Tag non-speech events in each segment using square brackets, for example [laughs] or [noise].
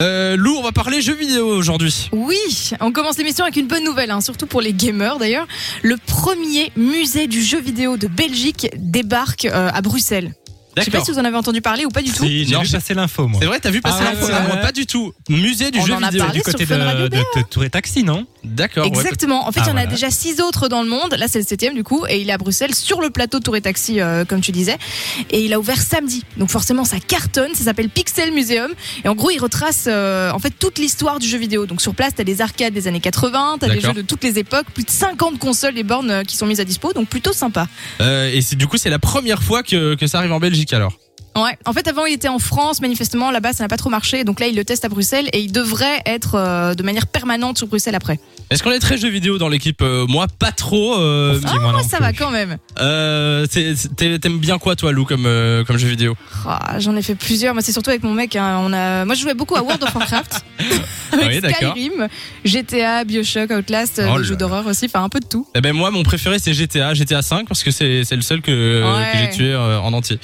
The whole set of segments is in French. Euh, Lou, on va parler jeux vidéo aujourd'hui. Oui, on commence l'émission avec une bonne nouvelle, hein, surtout pour les gamers d'ailleurs. Le premier musée du jeu vidéo de Belgique débarque euh, à Bruxelles. Je sais pas si vous en avez entendu parler ou pas du tout. Si, j'ai Non, vu j'ai- passer l'info, moi. C'est vrai, t'as vu passer Ah, l'info ouais, là ouais, Moi, ouais. Pas du tout. Musée du On jeu en a vidéo. parlé euh, Du sur côté de, Fun Radio Ah, de, de Tour et Taxi, non D'accord. ouais, Exactement. En fait, il y en Ah, a voilà. déjà six autres dans le monde. Là, c'est le septième du coup, et il est à Bruxelles sur le plateau Tour et Taxi, euh, comme tu disais. Et il a ouvert samedi, donc forcément ça cartonne. Ça s'appelle Pixel Museum, et en gros, il retrace euh, en fait toute l'histoire du jeu vidéo. Donc sur place, t'as des arcades des années 80, t'as des D'accord. jeux de toutes les époques, plus de 50 consoles et bornes euh, qui sont mises à dispo, donc plutôt sympa. peut- Euh, et c'est- du coup, c'est la première fois que, que ça arrive en Belgique alors. Ouais, en fait avant il était en France, manifestement là-bas ça n'a pas trop marché, donc là il le teste à Bruxelles et il devrait être euh, de manière permanente sur Bruxelles après. Est-ce qu'on est très jeux vidéo dans l'équipe Euh, Moi, pas trop. euh, Dis-moi Moi non Ah, ça plus. va quand même. euh, c'est- c'est- t'aimes t'aimes bien quoi, toi, Lou, comme, euh, comme jeu vidéo Ah, J'en ai fait plusieurs, moi c'est surtout avec mon mec. hein. On a... Moi je jouais beaucoup à World of Warcraft, [laughs] Oui, [laughs] [laughs] avec d'accord. Skyrim, GTA, Bioshock, Outlast, euh, Oh des là jeux là. d'horreur aussi, enfin un peu de tout. Eh ben moi, mon préféré, c'est GTA, GTA 5, parce que c'est c'est le seul que, Ouais. que j'ai tué euh, en [laughs] entier.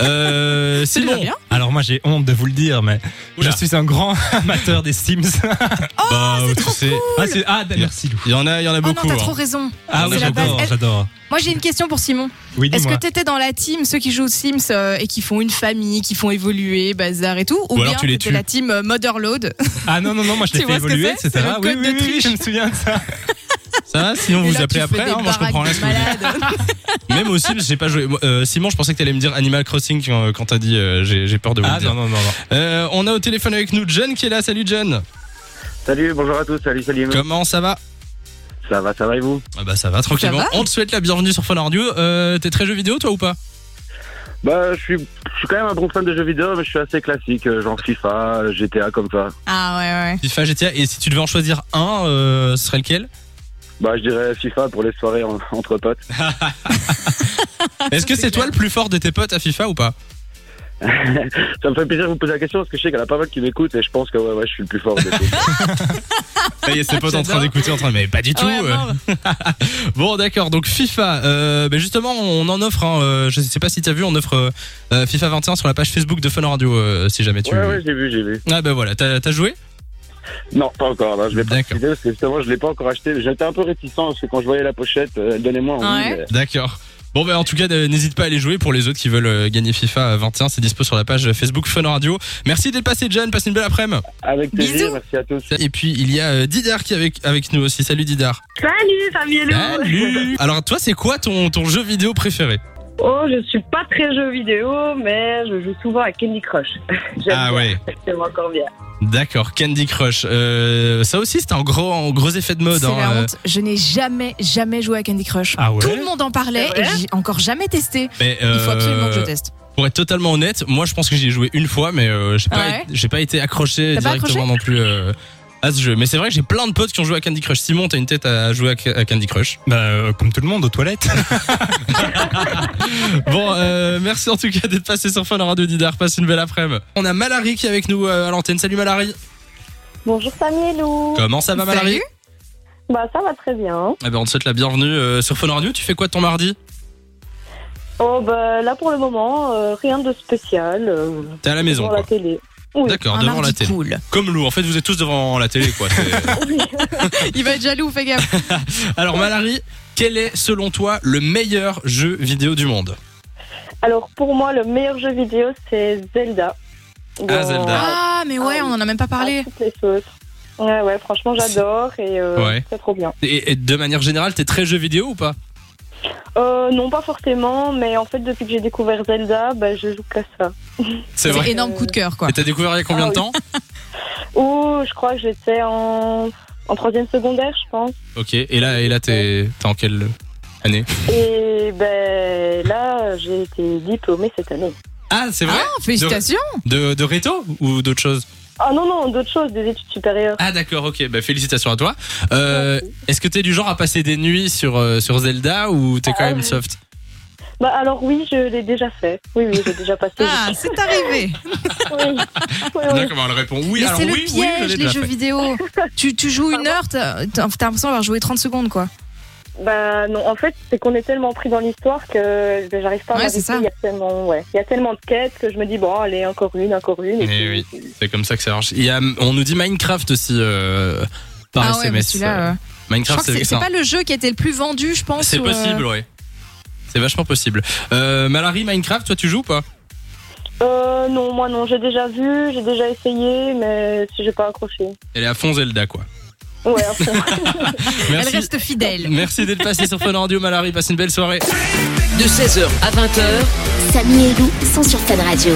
euh, C'est déjà Simon, bien. Alors moi j'ai honte de vous le dire, mais Oula. je suis [laughs] un grand amateur des Sims. bah, tu sais, ah, c'est- ah, merci Lou. il y en a, il y en a Oh beaucoup. non t'as hein. trop raison. Ah oui, C'est la base. j'adore, Elle- j'adore. Moi j'ai une question pour Simon. Oui, Est-ce que dis-moi. t'étais dans la team, ceux qui jouent aux Sims euh, et qui font une famille, qui font évoluer, bazar et tout, ou, Ou alors bien tu les t'étais tues. la team euh, Motherload Ah non, non, non, moi [laughs] je Tu l'ai vois fait ce que évoluer, c'est etc. C'est le Oui, code oui, de oui, oui, triche. je me souviens de ça. Ça va, sinon [laughs] Et vous là, appelez tu fais après, des hein, moi je baraques comprends rien à de ce que vous dites. malades. [laughs] Même aussi, j'ai pas joué. Moi, euh, Simon, je pensais que t'allais me dire Animal Crossing quand, quand t'as dit euh, j'ai j'ai peur de vous Ah le dire. non, non, non, non. Euh, on a au téléphone avec nous John qui est là. Salut John. Salut, bonjour à tous, salut, salut. Comment ça va Ça va, ça va et vous ah Bah ça va tranquillement. Ça on te souhaite la bienvenue sur Fun Radio. Euh, T'es très jeu vidéo toi ou pas Bah, je suis, je suis quand même un bon fan de jeux vidéo, mais je suis assez classique, euh, genre FIFA, euh, GTA, comme ça. Ah ouais, ouais. FIFA, GTA. Et si tu devais en choisir un, euh, ce serait lequel Bah, je dirais FIFA pour les soirées en- entre potes. Est-ce que C'est Ah, c'est toi clair. le plus fort de tes potes à FIFA ou pas Ça me fait plaisir de vous poser la question, parce que je sais qu'il y en a pas mal qui m'écoutent, et je pense que ouais, ouais, je suis le plus fort de [laughs] tous. Ça [laughs] y est, ses potes en train J'adore. d'écouter, en train de mais pas du tout. Ah Ouais, euh. mort. Bon d'accord. Donc FIFA. Euh, ben justement, on en offre. Hein, euh, je sais pas si t'as vu, on offre euh, euh, FIFA 21 sur la page Facebook de Fun Radio. euh, si jamais tu. ouais, ouais, j'ai vu, j'ai vu. Ah ben voilà. T'as t'as joué Non, pas encore, là, je vais pas D'accord. préciser, parce que justement, je l'ai pas encore acheté. J'étais un peu réticent, parce que quand je voyais la pochette, euh, elle donnait moins envie. Ouais. mais- D'accord. Bon bah en tout cas euh, n'hésite pas à aller jouer pour les autres qui veulent euh, gagner FIFA 21, c'est dispo sur la page Facebook Fun Radio. Merci d'être passé John, passe une belle après-midi. Avec plaisir, Bisous. merci à tous. Et puis il y a euh, Didar qui est avec, avec nous aussi. Salut Didar. Salut Fabien Hein Salut. Alors toi c'est quoi ton, ton jeu vidéo préféré Oh, je suis pas très jeu vidéo, mais je joue souvent à Candy Crush. [laughs] J'aime bien, Ah ouais. j'aime encore bien. D'accord, Candy Crush. Euh, ça aussi c'est un gros un gros effet de mode. C'est hein, la euh. honte. Je n'ai jamais, jamais joué à Candy Crush. Ah ouais Tout le monde en parlait C'est et vrai j'ai encore jamais testé. Mais, Il faut absolument que je euh, teste. Pour être totalement honnête, moi je pense que j'y ai joué une fois, mais euh, j'ai pas, Ah ouais j'ai pas été accroché T'as pas directement non plus euh, à ce jeu. Mais c'est vrai que j'ai plein de potes qui ont joué à Candy Crush. Simon, t'as une tête à jouer à, à Candy Crush. Bah, euh, comme tout le monde, aux toilettes. Bon, euh, merci en tout cas d'être passé sur Fun Radio Didar. Passe une belle après-midi. On a Malari qui est avec nous euh, à l'antenne. Salut Malari. Bonjour Samy et Lou. Comment ça va Malari Oh, Salut. Bah ça va très bien. Eh ben, on te souhaite la bienvenue euh, sur Fun Radio. Tu fais quoi ton mardi Oh bah là pour le moment euh, rien de spécial. Euh, T'es à la maison. devant la Quoi. télé. Oui. D'accord, Un devant mardi la télé. cool. Comme Lou, en fait, vous êtes tous devant la télé, quoi. C'est- [laughs] Il va être jaloux, fais gaffe. Alors, Malari, quel est, selon toi, le meilleur jeu vidéo du monde Alors pour moi le meilleur jeu vidéo c'est Zelda. Ah, Zelda. Ah, mais ouais, on en a même pas à parlé. toutes les sauces. Ouais ouais franchement j'adore et euh, Ouais. c'est trop bien. Et, et de manière générale, t'es très jeu vidéo ou pas Euh, non pas forcément mais en fait depuis que j'ai découvert Zelda bah je joue qu'à ça. C'est C'est vrai. énorme coup de [laughs] cœur, quoi. Et t'as découvert il y a combien Ah de oui. temps Ou Oh, je crois que j'étais en en troisième secondaire je pense. Ok, et là, et là t'es t'es en quelle année Et ben là j'ai été diplômée cette année. Ah, c'est vrai Ah, félicitations. de, de réto ou d'autres choses Ah non, non, d'autres choses, des études supérieures. Ah, d'accord, ok, bah félicitations à toi. Euh, Est-ce que t'es du genre à passer des nuits sur, euh, sur Zelda ou t'es quand Euh, Ah même oui. soft Bah alors oui, je l'ai déjà fait. Oui, oui, j'ai déjà passé. Ah, c'est arrivé. Oui. Oui, oui. D'accord, bah, elle répond oui, mais alors oui, c'est le oui, je l'ai piège, les déjà jeux [laughs] fait. vidéo. tu, tu joues une heure, t'as t'as l'impression d'avoir joué 30 secondes, quoi. Bah non, en fait, c'est qu'on est tellement pris dans l'histoire que ben, j'arrive pas à Ouais, c'est m'arrêter. ça. Il y a tellement, ouais, il y a tellement de quêtes que je me dis bon, allez, encore une, encore une. Eh puis- C'est comme ça que ça marche. Il y a- on nous dit Minecraft aussi euh, par ah ouais, mais SMS. celui-là. euh, Je crois Minecraft, que c'est- c'est c'est ça. pas le jeu qui a été le plus vendu, je pense. C'est ou, euh, possible, ouais. C'est vachement possible. Euh, Mallory, Minecraft, toi tu joues ou pas Euh, non, moi non, j'ai déjà vu, j'ai déjà essayé, mais j'ai pas accroché. Elle est à fond Zelda, quoi. Ouais, à fond. Elle Merci, reste fidèle. merci d'être passé sur Fun Radio, Mallory. Passe une belle soirée. De 16h à 20h, Samy et Lou sont sur Fun Radio.